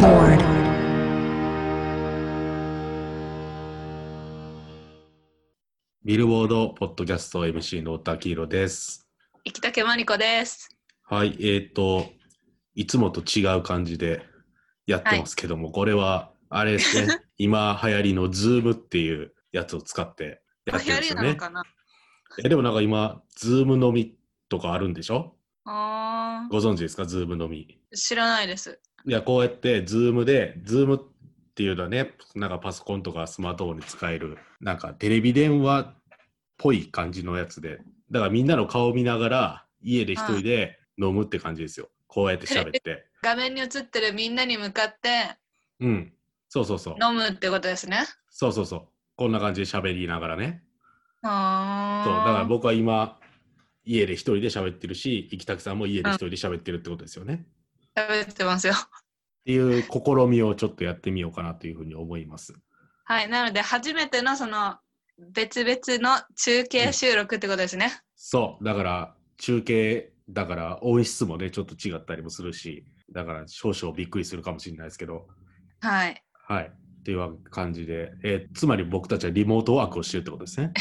Lord. ビルボードポッドキャスト MC の太田黄色です。生きたけまりこです。はい、えっ、と、いつもと違う感じでやってますけども、これは、あれです ね、今流行りのズームっていうやつを使ってやってるんです流行りよなのね。かな。えでもなんか今、ズームのみとかあるんでしょあご存知ですか、ズームのみ。ー知らないです。いや、こうやって、ズームで、ズームっていうのはね、なんかパソコンとかスマートフォンに使える、なんかテレビ電話っぽい感じのやつで、だからみんなの顔見ながら、家で一人で飲むって感じですよ。こうやって喋 って。画面に映ってるみんなに向かってうん。そうそうそう。飲むってことですね。そうそうそう。こんな感じで喋りながらね。あそう。だーから僕は今、家で一人で喋ってるし、行きたくさんも家で一人で喋ってるってことですよね。喋ってますよ。っていう試みをちょっとやってみようかなというふうに思います。はい。なので初めてのその別々の中継収録ってことですね。そう、だから中継だから音質もね、ちょっと違ったりもするし、だから少々びっくりするかもしれないですけど、はい。 はい。っていう感じで、えーつまり僕たちはリモートワークをしてるってことですね。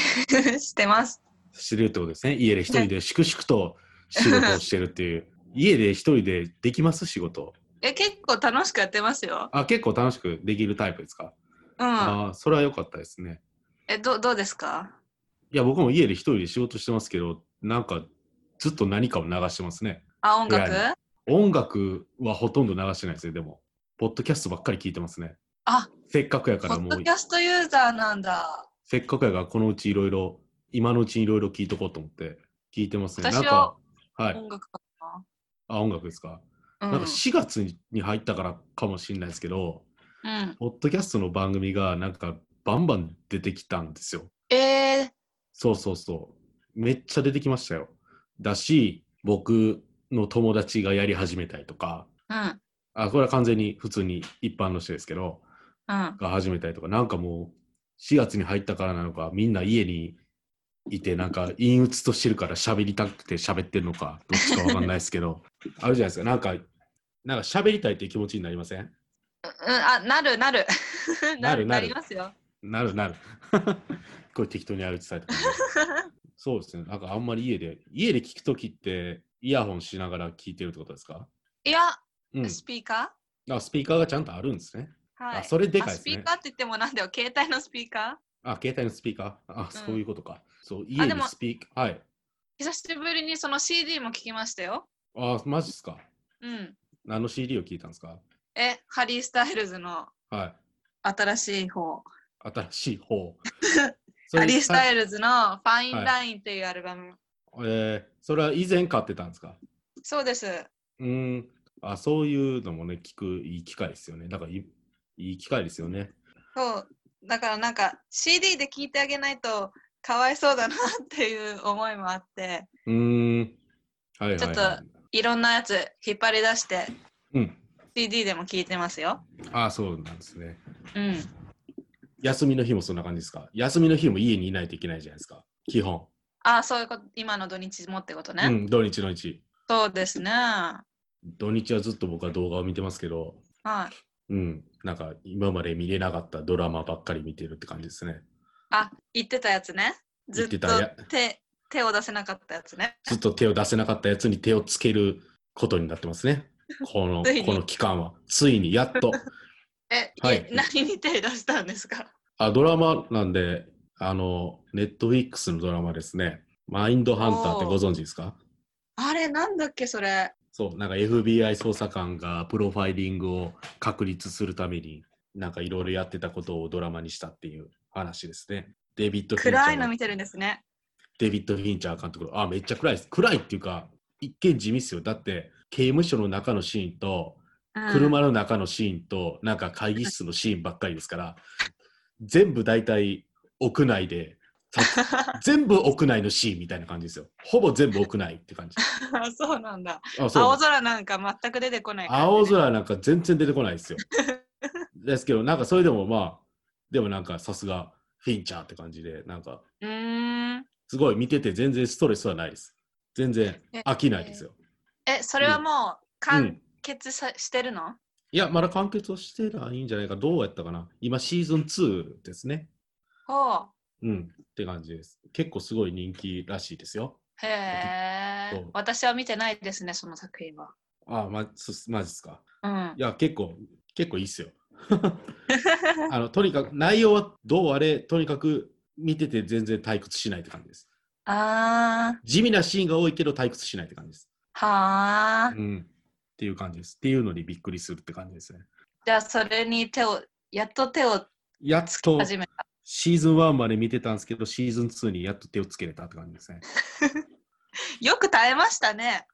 してます。してるってことですね。家で一人で粛々と仕事をしてるっていう。家で一人でできます仕事。え結構楽しくやってますよ。あ、結構楽しくできるタイプですか。うん。あーそれは良かったですね。えどどうですか。いや、僕も家で一人で仕事してますけど、なんかずっと何かを流してますね。あ音楽い？や音楽はほとんど流してないですね、でも。ポッドキャストばっかり聞いてますね。あせっかくやかポらッもドうキ、ャストユーザーなんだ。せっかくやからこのうちいろいろ、今のうちにいろいろ聞いとこうと思って、聞いてますね。私なはんか、はい。音楽かな。あ、音楽ですか。うん。なんか4月に入ったからかもしれないですけど、うん、ポッドキャストの番組がなんかバンバン出てきたんですよ。えー、そうそうそう。めっちゃ出てきましたよ。だし、僕の友達がやり始めたりとか、うん。あ、これは完全に普通に一般の人ですけど、うん。が始めたりとか、なんかもう4月に入ったからなのか、みんな家にいて、なんか陰鬱としてるから喋りたくて喋ってるのか、どっちかわかんないです けど、あるじゃないですか、なんか、なんか喋りたいっていう気持ちになりませんうん、あなるなる なるなるりますよ。なるな る。これ適当に歩いてたり とか。そうですね、なんかあんまり家で、家で聞くときって、イヤホンしながら聞いてるってことですかいや、うん。スピーカあ、スピーカーがちゃんとあるんですね。ーはい。あ、それでかいあでスすピーねカ。ーって言ってもなんだよ、携帯のスピーカあ、携帯のスピーカー。あ、そういうことか。そう、あ家でにもスピーカー。はい。ー久しぶりにその CD も聞きましたよ。あ、マジっすか。うん。何の CD を聞いたんですかえ、ハリー・スタイルズのは新しい方。い。新しい 方。ハリー・スタイイルズのファインラインっていうアルバム。えー、それは以前買ってたんですかそうです。うーん。あ、そういうのもね、聞くいい機会ですよね。だからいい、いい機会ですよね。そう。だからなんか CD で聞いてあげないとかわいそうだなっていう思いもあって、うーん。はいはい、はい。ちょっと。いろんなやつ引っ張り出してうん。 CD でも聞いてますよ。あ、そうなんですね。うん。休みの日もそんな感じですか休みの日も家にいないといけないじゃないですか。基本。ああ、そういうこと、今の土日もってことね。うん、土日の日。そうですね。は土日はずっと僕は動画を見てますけど、い。うん。なんか今まで見れなかったドラマばっかり見てるって感じですね。あ、言ってたやつね。ずっと言ってたや手手を出せなかったやつね。ずっと手を出せなかったやつに手をつけることになってま すね。この、ついにこの期間は。ついに、やっと。え、はいい何に手出したんですかあ、ドラマなんで、あの、ネットフィックスのドラマですね。マインドハンターってご存知ですかあれ、なんだっけ、それ。そう、なんか FBI 捜査官がプロファイリングを確立するために、なんかいろいろやってたことをドラマにしたっていう話ですね。デビッド・フィンチャー。暗いの見てるんですね。デビッド・フィンチャー監督の、あ、めっちゃ暗いです。暗いっていうか、一見地味っすよ。だって、刑務所の中のシーンと、うん車の中のシーンとなんか会議室のシーンばっかりですから全部大体屋内でさ 全部屋内のシーンみたいな感じですよほぼ全部屋内って感じ そうなんだ。あ青そう空なんか全く出てこない感じね、青空なんか全然出てこない ですよですけどなんかそれでもまあでもなんかさすがフィンチャーって感じでなんかうーん。すごい見てて全然ストレスはないです全然飽きないですよ、え、それはもうう完ん、結さ、してるのいや、まだ完結をしてないんじゃないか。どうやったかな。今、シーズン2ですね。ほう。うん。って感じです。結構すごい人気らしいですよ。へそえう。私は見てないですね、その作品は。ああ、ま、すマジっすか。うんい。や、結構、結構いいっ すよ。あの、とにかく、内容はどうあれ、とにかく見てて全然退屈しないって感じです。あー、地味なシーンが多いけど退屈しないって感じです。はあ。うん。っていう感じです。っていうのにびっくりするって感じですね。じゃあ、それに手を、やっと手をやっつきと、始めた。シーズン1まで見てたんですけど、シーズン2にやっと手をつけれたって感じですね。よく耐えましたね。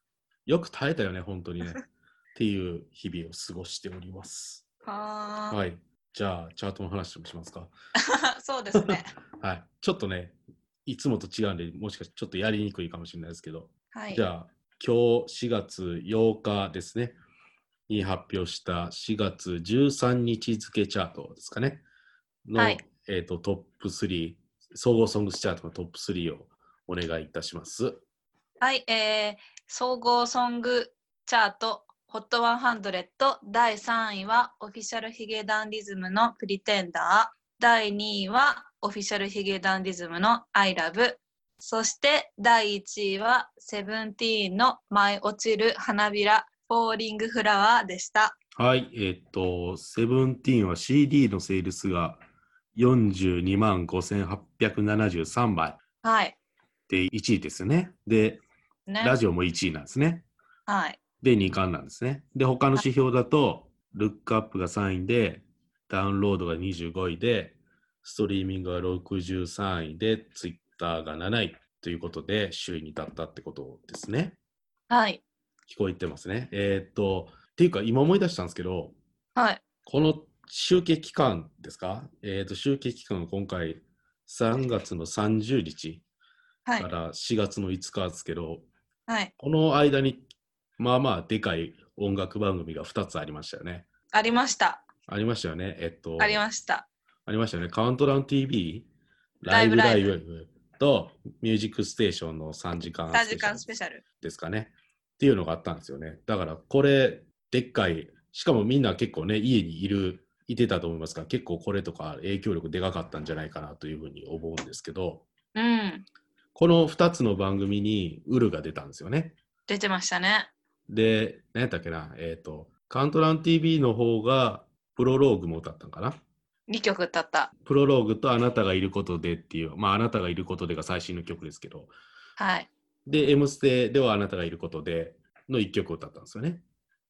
よく耐えたよね、本当にね。 っていう日々を過ごしております。はあ。はい。じゃあ、チャートの話でもしますか。 そうです ね。はい。ちょっとね、いつもと違うんで、もしかしてちょっとやりにくいかもしれないですけど、はい。じゃあ、今日4月8日ですね、に発表した4月13日付チャートですかね、の、はいえー、とトップ3、総合ソングスチャートのトップ3をお願いいたします。はい、えー、総合ソングチャート HOT100 第3位はオフィシャルヒゲダンディズムのプリテンダー第2位はオフィシャルヒゲダンディズムの I love そして第1位はセブンティーンの舞い落ちる花びらフォーリングフラワーでしたはい、えーっと、セブンティーンは CD のセールスが42万5873枚はいで1位ですよね。で、ねラジオも1位なんですね。はいで、2冠なんですね。で、他の指標だと、ルックアップが3位で、ダウンロードが25位で、ストリーミングが63位で、ツイッターが7位ということで、首位に立ったってことですね。はい聞こえてますね。えーっと、っていうか、今思い出したんですけど、はいこの集計期間ですか、えー、と集計期間は今回3月の30日はかいら4月の5日ですけど、はいこの間にまあまあでかい音楽番組が2つありましたよね。ありましたありましたよね。えっと、ありましたありましたよね。カウントダウン TV、ラライイブブラライイブブとミュージックステーションの3時間3時間スペシャルですかね。っていうのがあったんですよね。だからこれ、でっかい、しかもみんな結構ね、家にいる、いてたと思いますから、結構これとか影響力でかかったんじゃないかなというふうに思うんですけど、うんこの2つの番組にウルが出たんですよね。出てましたねで、何やったっけな、えっ、と、カウントラン TV の方が、プロローグも歌ったんかな。 2曲歌ったプロローグとあなたがいることでっていう、まああなたがいることでが最新の曲ですけど、はいで、M ステではあなたがいることでの1曲を歌ったんですよね。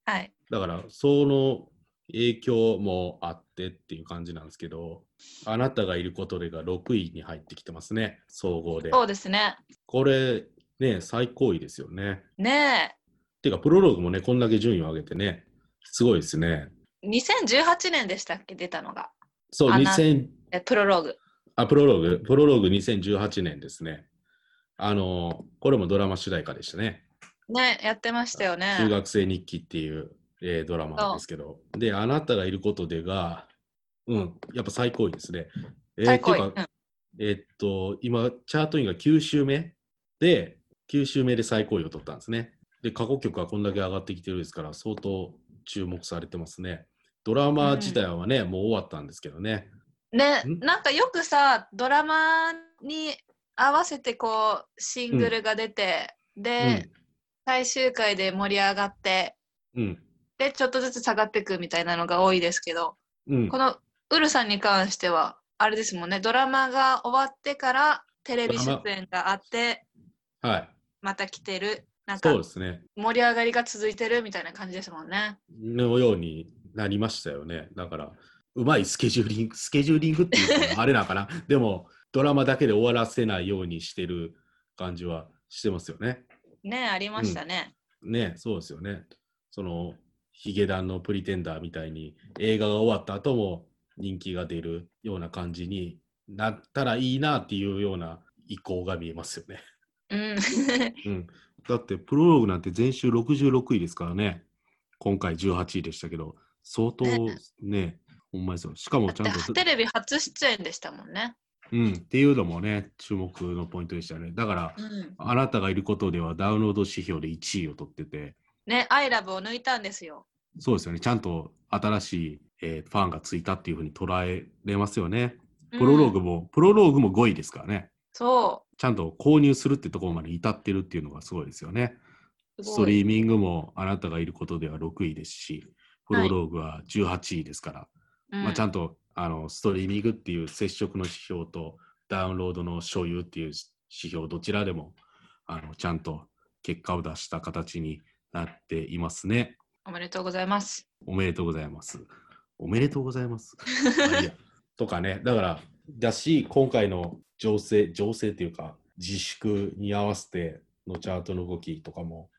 はいだからその影響もあってっていう感じなんですけどあなたがいることでが6位に入ってきてますね総合でそうですね。これね最高位ですよねねてかプロローグもねこんだけ順位を上げてねすごいですねえ、2018年でしたっけ、出たのが。そうあな2000えプロローグ。あプロローグプロローグ2018年ですねあのこれもドラマ主題歌でしたねねえ、やってましたよね。中学生日記っていう、えードラマなんですけど、で、あなたがいることでが、うん、やっぱ最高位ですね。えー最高っ位ていうか、えーっと、今、チャートインが9週目で、9週目で最高位を取ったんですね。で、過去曲がこんだけ上がってきてるですから、相当注目されてますね。ドラマ自体はね、もう終わったんですけどね。うんねえんなんかよくさ、ドラマに合わせてこう、シングルが出て、うで、ん。最終回で盛り上がって、うん。で、ちょっとずつ下がっていくみたいなのが多いですけど、うんこ。のウルさんに関しては、あれですもんね、ドラマが終わってからテレビ出演があって、はい。また来てる。なんかそうですね。盛り上がりが続いてるみたいな感じですもんね。のようになりましたよね。だから、うまいスケジューリング、スケジューリングっていうのはあれなのかな。 でも、ドラマだけで終わらせないようにしてる感じはしてますよね。ねありましたね。ねそうですよね。その、ヒゲダンのプリテンダーみたいに、映画が終わった後も人気が出るような感じになったらいいなっていうような意向が見えますよね。うん。うん、だってプロローグなんて全週66位ですからね今回18位でしたけど相当ねほんまにそうしかもちゃんだってと、テレビ初出演でしたもんね。うん、っていうのもね注目のポイントでしたねだからうん。あなたがいることではダウンロード指標で1位を取っててね、アイラブを抜いたんですよ。そうですよね。ちゃんと新しい、えーファンがついたっていうふうに捉えれますよね。プロローうグんも、プロローグも5位ですからね。そちゃんと購入するってところまで至ってるっていうのがすごいですよね。う。すストごいリーミングもあなたがいることでは6位ですし、プロローグは18位ですから、まあ、ちゃうんんとあのストリーミングっていう接触の指標とダウンロードの所有っていう指標どちらでもあのちゃんと結果を出した形になっていますね。おめでとうございます。おめでとうございます。おめでとうございます。まあいいやとかね、だから、だし、今回の情勢、情勢というか、自粛に合わせてのチャートの動きとかも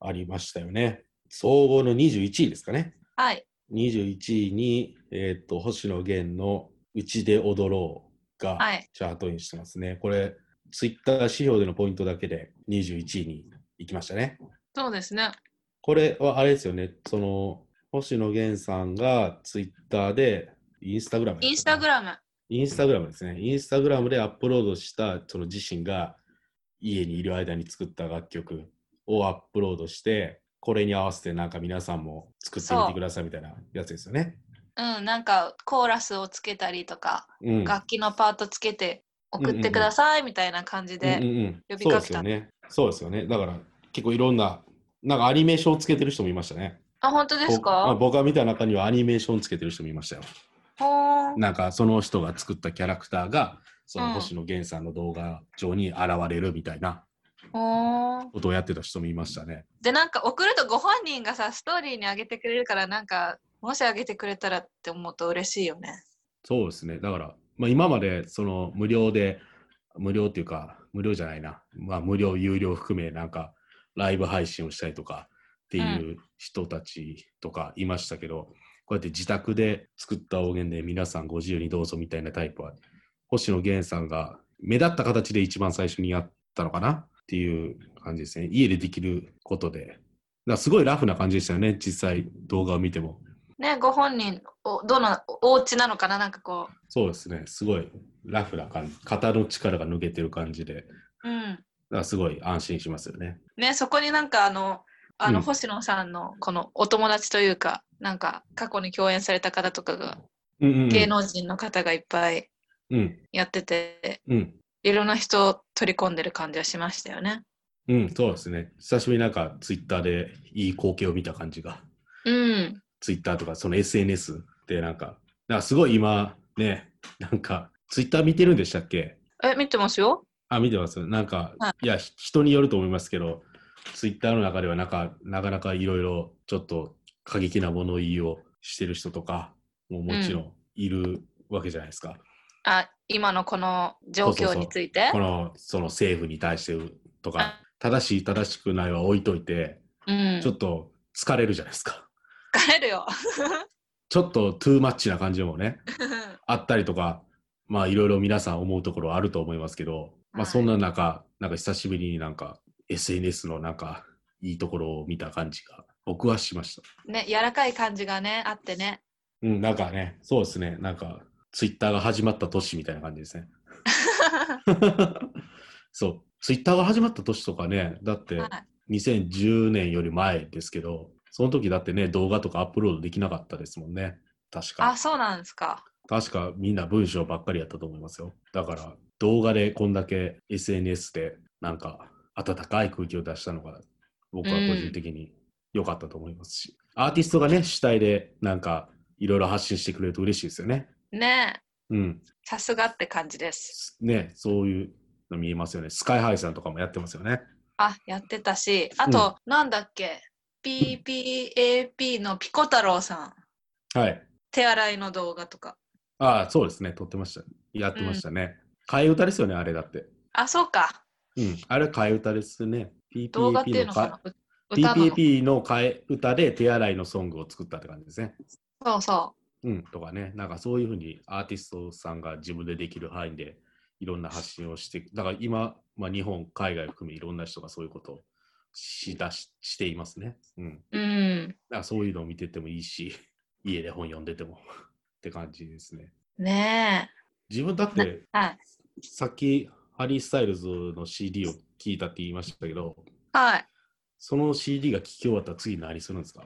ありましたよね。総合の21位ですかね。 はい。 21位に、えーっと星野源の「うちで踊ろう」がはいチャートインしてますね。これ、ツイッター指標でのポイントだけで21位に行きましたね。そうですね。これはあれですよね、その星野源さんがツイッターで、インスタグラムインスタグムラム。インスタグラムですね。インスタグラムでアップロードしたその自身が家にいる間に作った楽曲をアップロードして、これに合わせてなんか皆さんも作ってみてくださいみたいなやつですよね。うん、なんかコーラスをつけたりとか、うん、楽器のパートつけて送ってくださいみたいな感じうんうで。んうん呼びかけたそうですよね。そうですよね。だから結構いろんな、なんかアニメーションをつけてる人もいましたね。あ、本当です僕あか僕が見た中にはアニメーションつけてる人もいましたよ。ほーん。なんかその人が作ったキャラクターが、そうのん星野源さんの動画上に現れるみたいなほーん。ことをやってた人もいましたね。で、なんか送るとご本人がさ、ストーリーにあげてくれるから、なんか、もしあげてくれたらって思うと嬉しいよね。そうですね。だから、まあ、今までその無料で、無料っていうか、無料じゃないな、まあ、無料、有料含め、なんかライブ配信をしたりとかっていう人たちとかいましたけど、こうやって自宅で作った音源で皆さんご自由にどうぞみたいなタイプは、星野源さんが目立った形で一番最初にやったのかなっていう感じですね。家でできることで。だからすごいラフな感じでしたよね、実際動画を見ても。ね、ご本人、おどのおお家なのかななんかこそうですね、すごいラフな感じ、肩の力が抜けてる感じで、だかう。うん。らすごい安心しますよね。ね、そこになんかあの、あのうん星野さんのこのお友達というか、なんか過去に共演された方とかが、うんうん、うん。芸能人の方がいっぱいうん、やってて、うん、いろんな人を取り込んでる感じはしましたよね。うん、そうですね。久しぶりになんかツイッターでいい光景を見た感じが、うん。ツイッターとかその SNS でなんか、なんかすごい今ね、なんかツイッター見てるんでしたっけえ、見てますよあ、見てます。なんか、はいや、ひ人によると思いますけど、ツイッターの中ではなんか、なかなかいろいろちょっと過激な物言いをしてる人とかももちろんいるわけじゃないですか。あ、今のこの状況についてこの、その政府に対してとか、正しい正しくないは置いといて、うん。ちょっと疲れるじゃないですか。疲れるよ。 ちょっとトゥーマッチな感じもね、あったりとか、まあいろいろ皆さん思うところはあると思いますけど、はまあいそんな中、なんか久しぶりになんか SNS のなんかいいところを見た感じが僕はしました。ね、柔らかい感じがね、あってね。うん、なんかね、そうですね、なんかツイッターが始まった年みたいな感じですね。 そう、ツイッターが始まった年とかね、だってはい2010年より前ですけど、その時だってね、動画とかアップロードできなかったですもんね。確か。あ、そうなんですか。確かみんな文章ばっかりやったと思いますよ。だから動画でこんだけ SNS でなんか温かい空気を出したのが僕は個人的に良かったと思いますし、アーティストがね主体でなんかいろいろ発信してくれると嬉しいですよね。ねうん。さすがって感じです。ねそういうの見えますよね。スカイハイさんとかもやってますよね。あ、やってたし、あと、なんだっけ、PPAP のピコ太郎さん、はい。手洗いの動画とか。ああ、そうですね。撮ってました。やってましたね。替え歌ですよね、あれだって。あ、そうか、うん。あれは替え歌ですね。PPAP 動画っていうのか替えな。う歌なの PPP の替え歌で手洗いのソングを作ったって感じですね。そうそうん、とかね、なんかそういうふうにアーティストさんが自分でできる範囲でいろんな発信をして、だから今、まあ、日本、海外含めいろんな人がそういうことをしだししていますね。うん。う。うん。だからそういうのを見ててもいいし、 家で本読んでても って感じですね。ね自分だって、え。はい。さっきハリー・スタイルズの CD を聞いたって言いましたけど、はい。その CD が聴き終わったら次何するんですか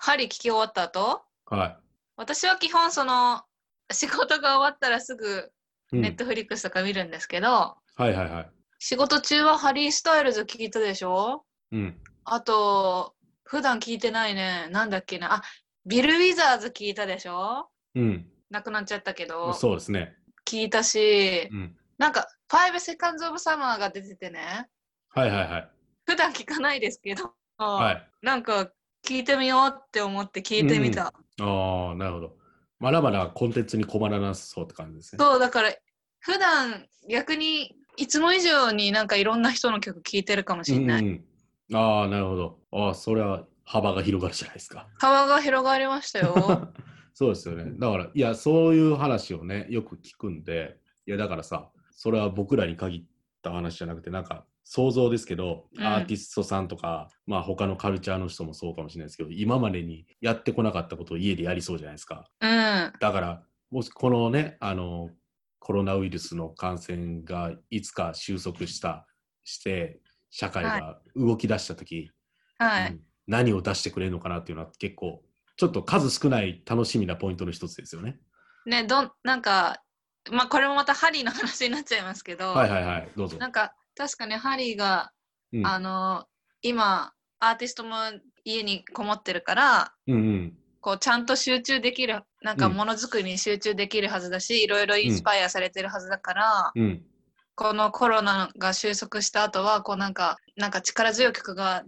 針聞き終わった後は私は基本その仕事が終わったらすぐい。うんネットフリックスとか見るんですけど、はいはいはい。仕事中はハリー・スタイルズ聞いたでしょうん。あと普段聞いてないねなんだっけなあビル・ウィザーズ聞いたでしょうん。なくなっちゃったけどそうですね。聞いたしうん。なんか「5 Seconds of Summer」が出ててねはいはいはい。普段聞かないですけど、はい。なんか聞いてみようって思って聞いてみた、ああ、なるほど。まだまだコンテンツに困らなさそうって感じですね。そうだから普段逆にいつも以上になんかいろんな人の曲聴いてるかもしれない、うんうんうん、ああ、なるほど。ああ、それは幅が広がるじゃないですか。幅が広がりました よそうですよね。だから、いや、そういう話をね、よく聞くんで、いや、だからさ、それは僕らに限った話じゃなくて、なんか、想像ですけど、うんアーティストさんとか、まあ、他のカルチャーの人もそうかもしれないですけど、今までにやってこなかったことを家でやりそうじゃないですか。うんだから、もしこのね、あの、コロナウイルスの感染がいつか収束した、して、社会が動き出したとき、はい、うん何を出してくれるのかなっていうのは結構ちょっと数少ない楽しみなポイントの一つですよね。ねどんなんかまあこれもまたハリーの話になっちゃいますけど、はいはいはいどうぞ。なんか確かねハリーが、うんあの今アーティストも家にこもってるからうんうんこうちゃんと集中できるなんかうんものづくりに集中できるはずだし、いろいろインスパイアされてるはずだから、うんこのコロナが収束した後はこうなんかなんか力強い曲が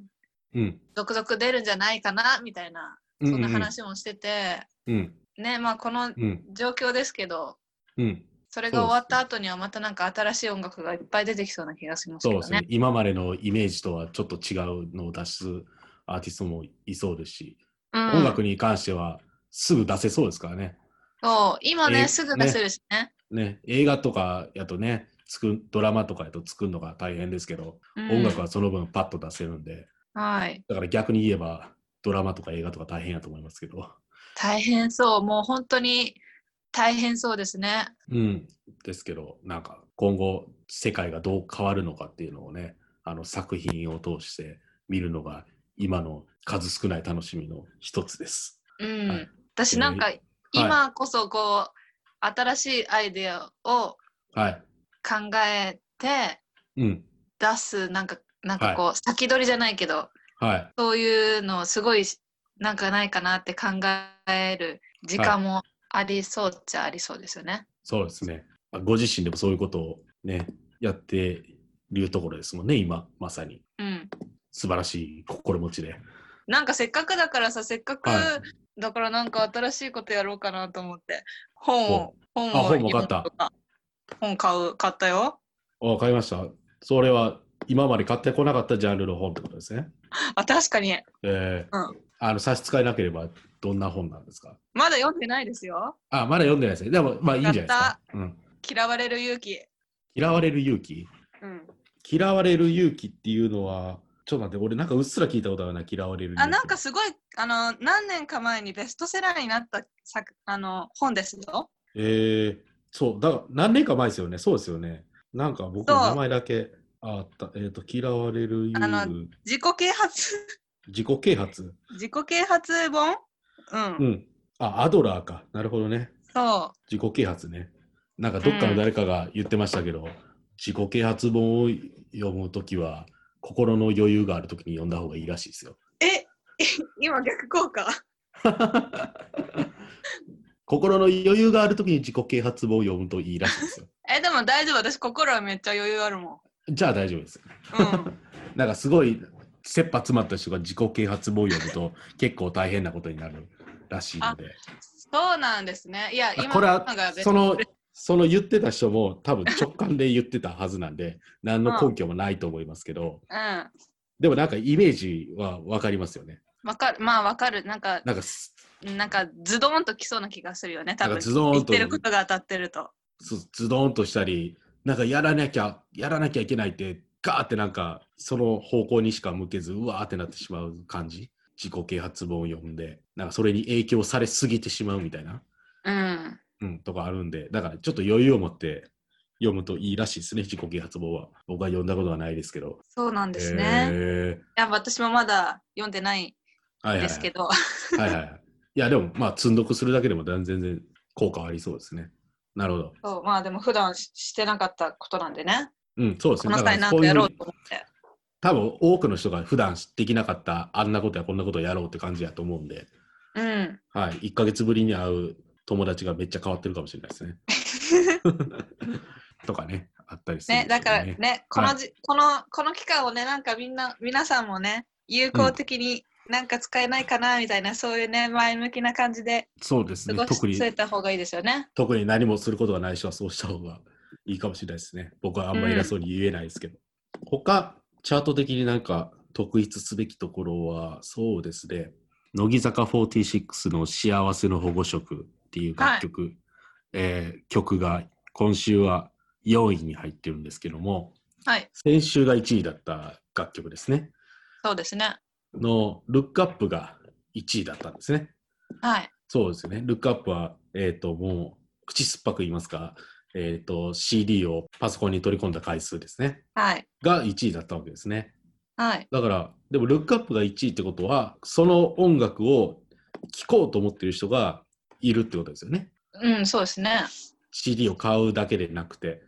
うん続々出るんじゃないかなみたいなうんそんな話もしてて、うんねまあこのうん状況ですけどうんそれが終わった後にはまたなんか新しい音楽がいっぱい出てきそうな気がしますそうけでどすねね。今までのイメージとはちょっと違うのを出すアーティストもいそうですし、うん音楽に関してはすぐ出せそうですからね。そう今ね、えーすぐ出せるしね。ね映画とかやとね作るドラマとかやと作るのが大変ですけど、うん音楽はその分パッと出せるんではいだから逆に言えばドラマとか映画とか大変やと思いますけど。大変そうもう本当に大変そうですね。うん、ですけどなんか今後世界がどう変わるのかっていうのをねあの作品を通して見るのが今の数少ない楽しみの一つです。うん、はい私なんかえ今こそこう、新しいアイデアをはい、考えてうん出すなんかなんかこう、先取りじゃないけどはい、そういうのすごいなんかないかなって考える時間もありそうっちゃありそうですよね。そうですね。まあご自身でもそういうことをねやっているところですもんね今まさにうん、素晴らしい心持ちで。なんかせっかくだからさせっかく、はいだからなんか新しいことやろうかなと思って本を本あを本も買った読むとか本買う買ったよあ買いました。それは今まで買ってこなかったジャンルの本ってことですね。あ確かにえーうんあの差し支えなければどんな本なんですかまだ読んでないですよあ、まだ読んでないですね。でも、まあいいんじゃないですか。うん、嫌われる勇気、嫌われる勇気うん、嫌われる勇気っていうのは、ちょっと待って、俺なんかうっすら聞いたことあるな、嫌われる勇気。あなんかすごいあの何年か前にベストセラーになった作あの本ですよ。えー、そう、だから何年か前ですよね、そうですよね。なんか僕のそう名前だけあった、えっ、と、嫌われるあ勇気、自己啓発 自己啓発。自己啓発本うん、うん。あ、アドラーか。なるほどね。そ自己啓発ね。なんかどっかの誰かが言ってましたけど、自己啓発本を読むときは、心の余裕があるときに読んだ方がいいらしいです よ。う。え今逆効果心の余裕があるときに自己啓発本を読むといいらしいですよ。えでも大丈夫私心はめっちゃ余裕あるもじゃあ大丈夫です。ん。 うん、なんかすごい切羽詰まった人が自己啓発本を読むと結構大変なことになるらしいので、そうなんですね。いや今これはのが別そのその言ってた人も多分直感で言ってたはずなんで、何の根拠もないと思いますけど、うんでもなんかイメージはわかりますよね。わかるまあわかるなんかなんかすなんかズドンときそうな気がするよね多な分んかズドー言ンっとてることが当たってると。そうズドンとしたりなんかやらなきゃやらなきゃいけないってガーってなんかその方向にしか向けずうわーってなってしまう感じ自己啓発本を読んでなんかそれに影響されすぎてしまうみたいな、うんうん、とかあるんでだからちょっと余裕を持って読むといいらしいですね自己啓発本は僕は読んだことはないですけどそうなんですへね。ーいや私もまだ読んでないはいはいですけど、はいはいはい。いや、でも、まあ、積んどくするだけでも全然効果はありそうですね。なるほど。そうまあでも普段ししてなかったことなんでねうん、そうですこね。のだ際かならんこかういやろうう、と思って多分多くの人が普段できなかった、あんなことやこんなことやろうって感じやと思うんで、うんはい、1ヶ月ぶりに会う友達がめっちゃ変わってるかもしれないで すね。とかね、あったりするんねでだすよからねこのじ、このこの期間をねなんかみんな皆さんもね有効的になんか使えないかなみたいな、そういうね前向きな感じでそうです過ね、ごし特にといた方がいいですよね。特に何もすることがない人はそうした方がいいかもしれないですね。僕はあんまり偉そうに言えないですけど。他、チャート的になんか特筆すべきところは、そうですね、乃木坂46の「幸せの保護色」っていう楽曲、えー曲が今週は4位に入ってるんですけども、はい先週が1位だった楽曲ですね、そうですね。の「ルックアップ」が1位だったんですね。はい。そうですね。ルックアップは、えっ、と、もう、口酸っぱく言いますか、えっ、と、CD をパソコンに取り込んだ回数ですね。はい。が1位だったわけですね。はい。だから、でも、ルックアップが1位ってことは、その音楽を聴こうと思ってる人がいるってことですよね。うん、そうですね。 CD を買うだけでなくて、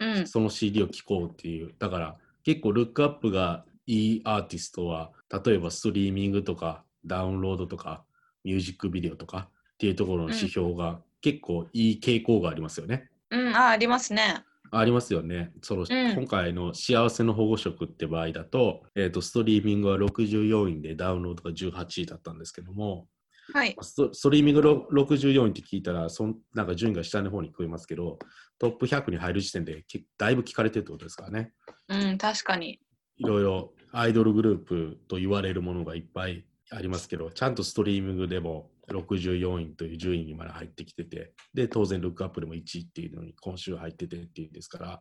うん。その CD を聴こうっていう。だから、結構、ルックアップがいいアーティストは、例えば、ストリーミングとか、ダウンロードとか、ミュージックビデオとかっていうところの指標が、結構いい傾向がありますよね。うん、あ、ありますね。ありますよね。その、今回の「幸せの保護色」って場合だと,、えー、と、ストリーミングは64位で、ダウンロードが18位だったんですけども、はいま。あストストリーミングろ64位って聞いたら、そんなんか順位が下の方に聞こえますけど、トップ100に入る時点でけだいぶ聞かれてるってことですからね。うん、確かに。いろいろアイドルグループと言われるものがいっぱいありますけど、ちゃんとストリーミングでも64位という順位にまで入ってきてて、で、当然、ルックアップでも1位っていうのに今週入っててっていうんですから、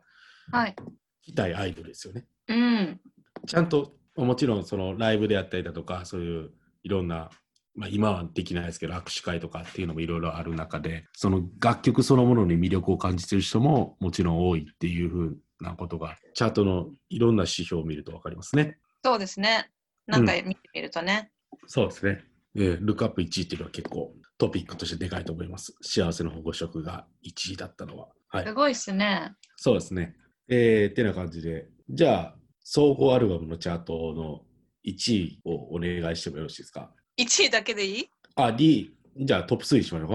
はい。期待アイドルですよね。うん。ちゃんと、もちろんそのライブであったりだとか、そういういろんな、まあ、今はできないですけど、握手会とかっていうのもいろいろある中で、その楽曲そのものに魅力を感じてる人ももちろん多いっていうふうなことが、チャートのいろんな指標を見ると分かりますね。そうですね。なんか見てみるとね。そうですね。えールックアップ1位っていうのは結構トピックとしてでかいと思います。幸せの保護色が1位だったのは。はいす。ごいっすね。そうですね。えー、ってな感じで、じゃあ、総合アルバムのチャートの1位をお願いしてもよろしいですか。 1位だけでいいあ、D、じゃあトップ3にしましょう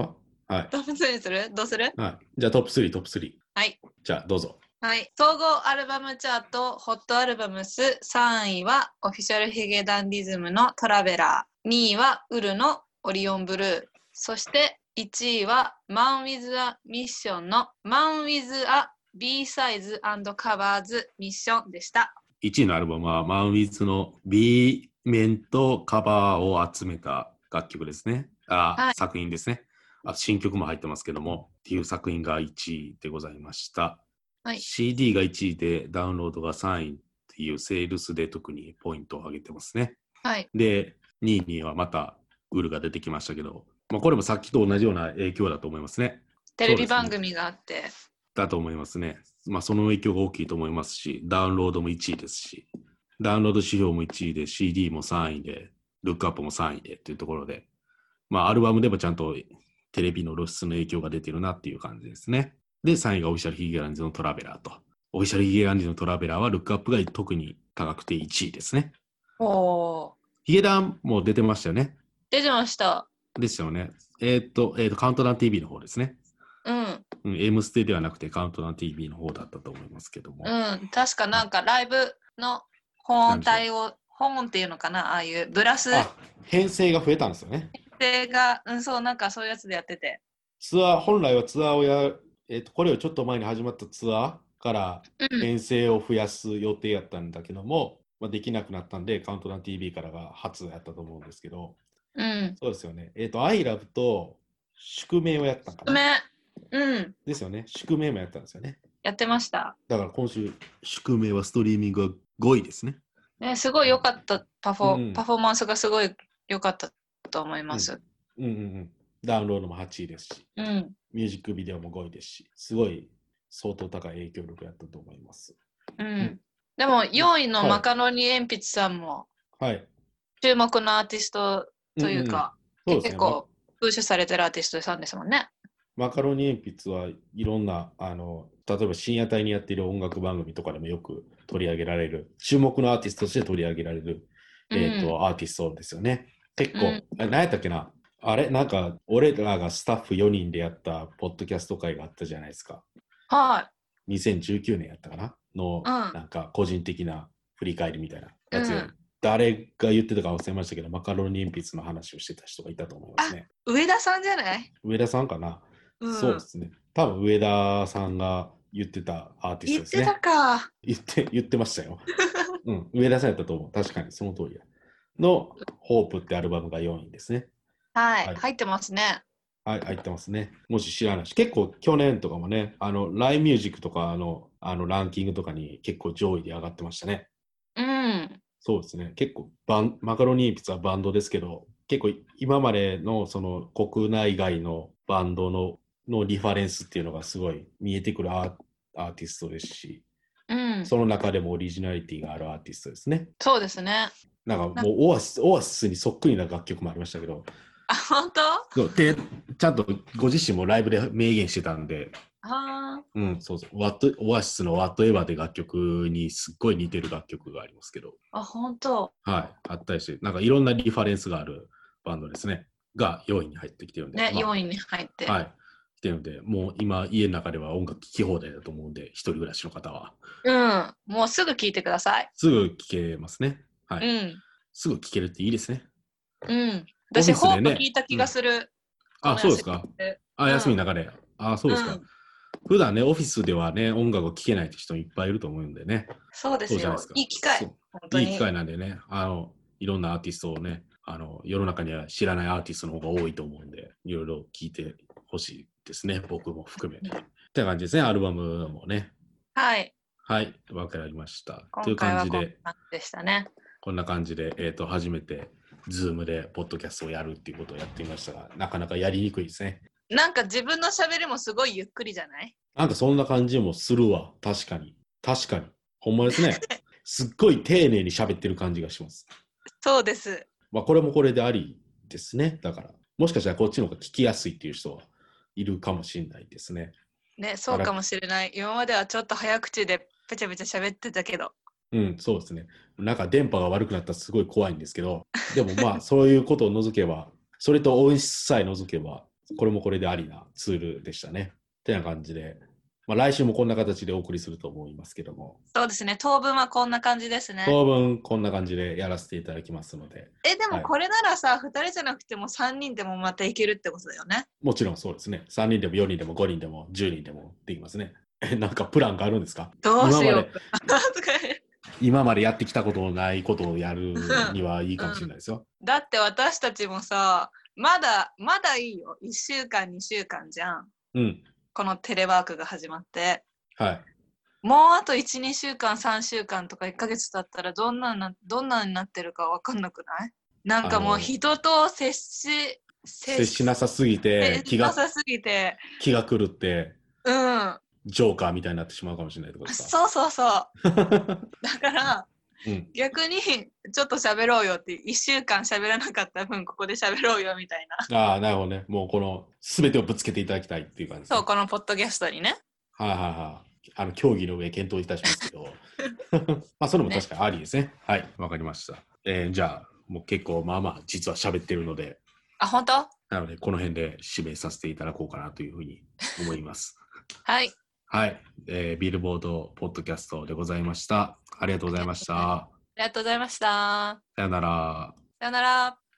か。はどうするするどうするい。はい、じゃあトップ3、トップ3。はい。じゃあ、どうぞ。はい。総合アルバムチャート、ホットアルバムス、3位はオフィシャルヒゲダンディズムのトラベラー、2位はウルのオリオンブルー、そして1位はマン・ウィズ・ア・ミッションのマン・ウィズ・ア・ B サイズカバーズ・ミッションでした。 1位のアルバムは、マンウィズの B 面とカバーを集めた楽曲ですね。あ、はい作品ですね。あ新曲も入ってますけども、っていう作品が1位でございました。はい CD が1位で、ダウンロードが3位っていうセールスで特にポイントを上げてますね。はい。で、2位にはまたウルが出てきましたけど、まあ、これもさっきと同じような影響だと思いますね。テレビ番組があって、だと思いますね。まあ、その影響が大きいと思いますし、ダウンロードも1位ですし、ダウンロード指標も1位で、CD も3位で、ルックアップも3位でっていうところで、まあ、アルバムでもちゃんとテレビの露出の影響が出てるなっていう感じですね。で、3位がオフィシャルヒゲランジのトラベラーと。オフィシャルヒゲランジのトラベラーは、ルックアップが特に高くて1位ですね。おーヒゲダンも出てましたよね。出てました。ですよね。えーっと、えーっと、カウントダウン TV の方ですね。うん。うん、M ステではなくてカウントダウン TV の方だったと思いますけども。うん、確かなんかライブの本体を、本っていうのかな、ああいうブラスあ、編成が増えたんですよね。制が、うん、そう、なんかそういうやつでやってて。ツアー、本来はツアーをや、えーっと、これをちょっと前に始まったツアーからうん、編成を増やす予定やったんだけども、まあ、できなくなったんで、カウントダウン TV からが初やったと思うんですけど、うん、そうですよね。えーっと、アイラブと宿命をやったんかごな。めんうん、ですよね。宿命もやったんですよね。やってました。だから今週、宿命はストリーミングが5位ですね。ね、すごい良かったパフォー、うんパフォーマンスがすごい良かったと思います。うんうんうん。ダウンロードも8位ですし、うん、ミュージックビデオも5位ですし、すごい相当高い影響力やったと思います。うん。んでも4位のはいマカロニ鉛筆さんもはい。注目のアーティストというか、うんうん、そうで結すね構プッシュされてるアーティストさんですもんね。マカロニ鉛筆はいろんなあの例えば深夜帯にやっている音楽番組とかでもよく取り上げられる注目のアーティストとして取り上げられる、えー、うんとアーティストですよね。結構、うんあ何やったっけなあれなんか俺らがスタッフ4人でやったポッドキャスト会があったじゃないですか。は2019年やったかなの、んなんか個人的な振り返りみたいなやつ、うん誰が言ってたか忘れましたけどマカロニ鉛筆の話をしてた人がいたと思いますね。い、上田さんじゃない、上田さんかなうん、そうですね。多分上田さんが言ってたアーティスト言でっすてねた。か。言って言ってましたよ。うん、上田さんやったと思う。確かにその通りだ。の「ホープってアルバムが4位ですね。はい、はい入ってますね。はい、入ってますね。もし知らないし、結構去年とかもね、あの、LINE ミュージックとかのあのランキングとかに結構上位で上がってましたね。うん。そうですね。結構バン、マカロニ鉛筆はバンドですけど、結構今までのその国内外のバンドののリファレンスっていうのがすごい見えてくるアーアーティストですし、うん、その中でもオリジナリティがあるアーティストですね。そうですね。なんかもうオアシスオアシスにそっくりな楽曲もありましたけど、あ、本当そうでちゃんとご自身もライブで明言してたんで、あうん、そうそう、ワットオアシスの Whatever で楽曲にすっごい似てる楽曲がありますけど、ーあ、本当はい、あったりして、なんかいろんなリファレンスがあるバンドですね、が4位に入ってきてるんで、ね、まあ4位に入って。はい、来てるんで、もう今、家の中では音楽聴き放題だと思うんで、一人暮らしの方は、うん。もうすぐ聞いてください。すぐ聴けますね。はい、うん。すぐ聴けるっていいですね。うん。オフィス私、でねホープ聞いた気がする。あ、そうですか。あ、うん休みの中で。あ、そうですか。うん普段ね、オフィスではね、音楽を聴けないって人いっぱいいると思うんでね。そうですそうじゃなよいですか。。いい機会そ。本う当いにい機会なんでね、あの、いろんなアーティストをね、あの、世の中には知らないアーティストの方が多いと思うんで、いろいろ聴いてほしいですね、僕も含め。って感じですね、アルバムもね。はい。はい、わかりました。と今いう回は感こんじなで、感じでしたね。こんな感じで、えっ、と、初めて、ズームでポッドキャストをやるっていうことをやってみましたが、なかなかやりにくいですね。なんか自分の喋りもすごいゆっくりじゃないなんかそんな感じもするわ。確かに。確かに。ほんまですね。 すっごい丁寧に喋ってる感じがします。そうです。まあこれもこれでありですね。だから。もしかしたらこっちの方が聞きやすいっていう人はいるかもしれないですね。ね、そうかもしれない。今まではちょっと早口でぺちゃぺちゃ喋ってたけど。うん、そうですね。なんか電波が悪くなったらすごい怖いんですけど、でもまあそういうことを除けば、それと音質さえ除けば、これもこれでありなツールでしたね。ってな感じで、まあ来週もこんな形でお送りすると思いますけども、そうですね。当分はこんな感じですね。当分こんな感じでやらせていただきますので、え、ではもいこれならさ、2人じゃなくても3人でもまたいけるってことだよね。もちろんそうですね。3人でも4人でも5人でも10人でもできますね。えなんかプランがあるんですかどうしよ今まうで。とか言う今までやってきたことのないことをやるにはいいかもしれないですよ。 だって私たちもさ、まだまだいいよ。1週間、2週間じゃん。うん。このテレワークが始まって。はい。もうあと1、2週間、3週間とか1ヶ月経ったらどんなな、どんなになってるかわかんなくないなんかもあうの人と接し、接接しなさすぎて接気しながさすぎて。気が狂ってうん。ジョーカーみたいになってしまうかもしれないってことですか。そうそう そう。だから、うん逆にちょっと喋ろうよって1週間喋らなかった分ここで喋ろうよみたいなああ、なるほどね。もうこの全てをぶつけていただきたいっていう感じですね。そうこのポッドキャストにねはいはいはい。あの、競技の上検討いたしますけど。 まあ、それも確かにありですね。はい。わかりました。えーじゃあ、もう結構まあまあ、実は喋ってるので、あ本当なので、この辺で締めさせていただこうかなというふうに思います。はいはい、えービルボードポッドキャストでございました。ありがとうございました。ありがとうございましたさよなら。さよなら